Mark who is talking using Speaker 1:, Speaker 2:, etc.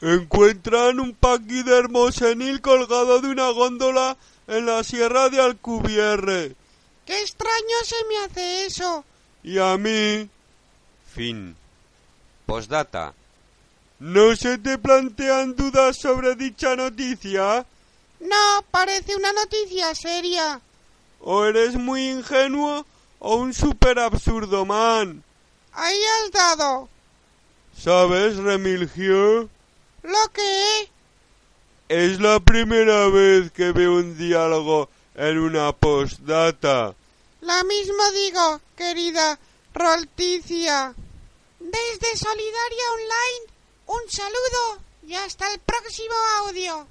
Speaker 1: Encuentran un paquidermo senil colgado de una góndola en la sierra de Alcubierre.
Speaker 2: ¡Qué extraño se me hace eso!
Speaker 1: Y a mí...
Speaker 3: Fin. Postdata.
Speaker 1: ¿No se te plantean dudas sobre dicha noticia?
Speaker 2: No, parece una noticia seria.
Speaker 1: O eres muy ingenuo o un super absurdo man.
Speaker 2: Ahí has dado.
Speaker 1: ¿Sabes, Remilgio?
Speaker 2: ¿Lo que es?
Speaker 1: Es la primera vez que veo un diálogo en una postdata.
Speaker 2: La misma digo, querida Rolticia. Desde Solidaria Online, un saludo y hasta el próximo audio.